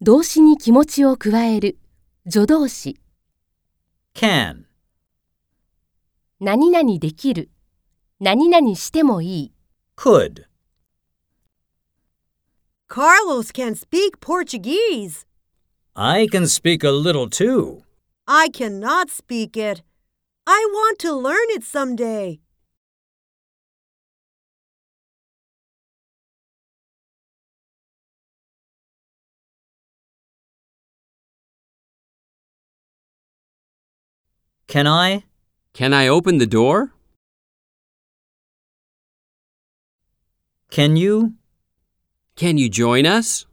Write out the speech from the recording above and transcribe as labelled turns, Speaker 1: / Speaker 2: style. Speaker 1: 動詞に気持ちを加える助動詞
Speaker 2: can,
Speaker 1: 何々できる何々してもいい
Speaker 2: could,
Speaker 3: Carlos can speak Portuguese.
Speaker 2: I can speak a little too.
Speaker 3: I cannot speak it. I want to learn it someday.
Speaker 2: Can I?
Speaker 4: Can I open the door?
Speaker 2: Can you?
Speaker 4: Can you join us?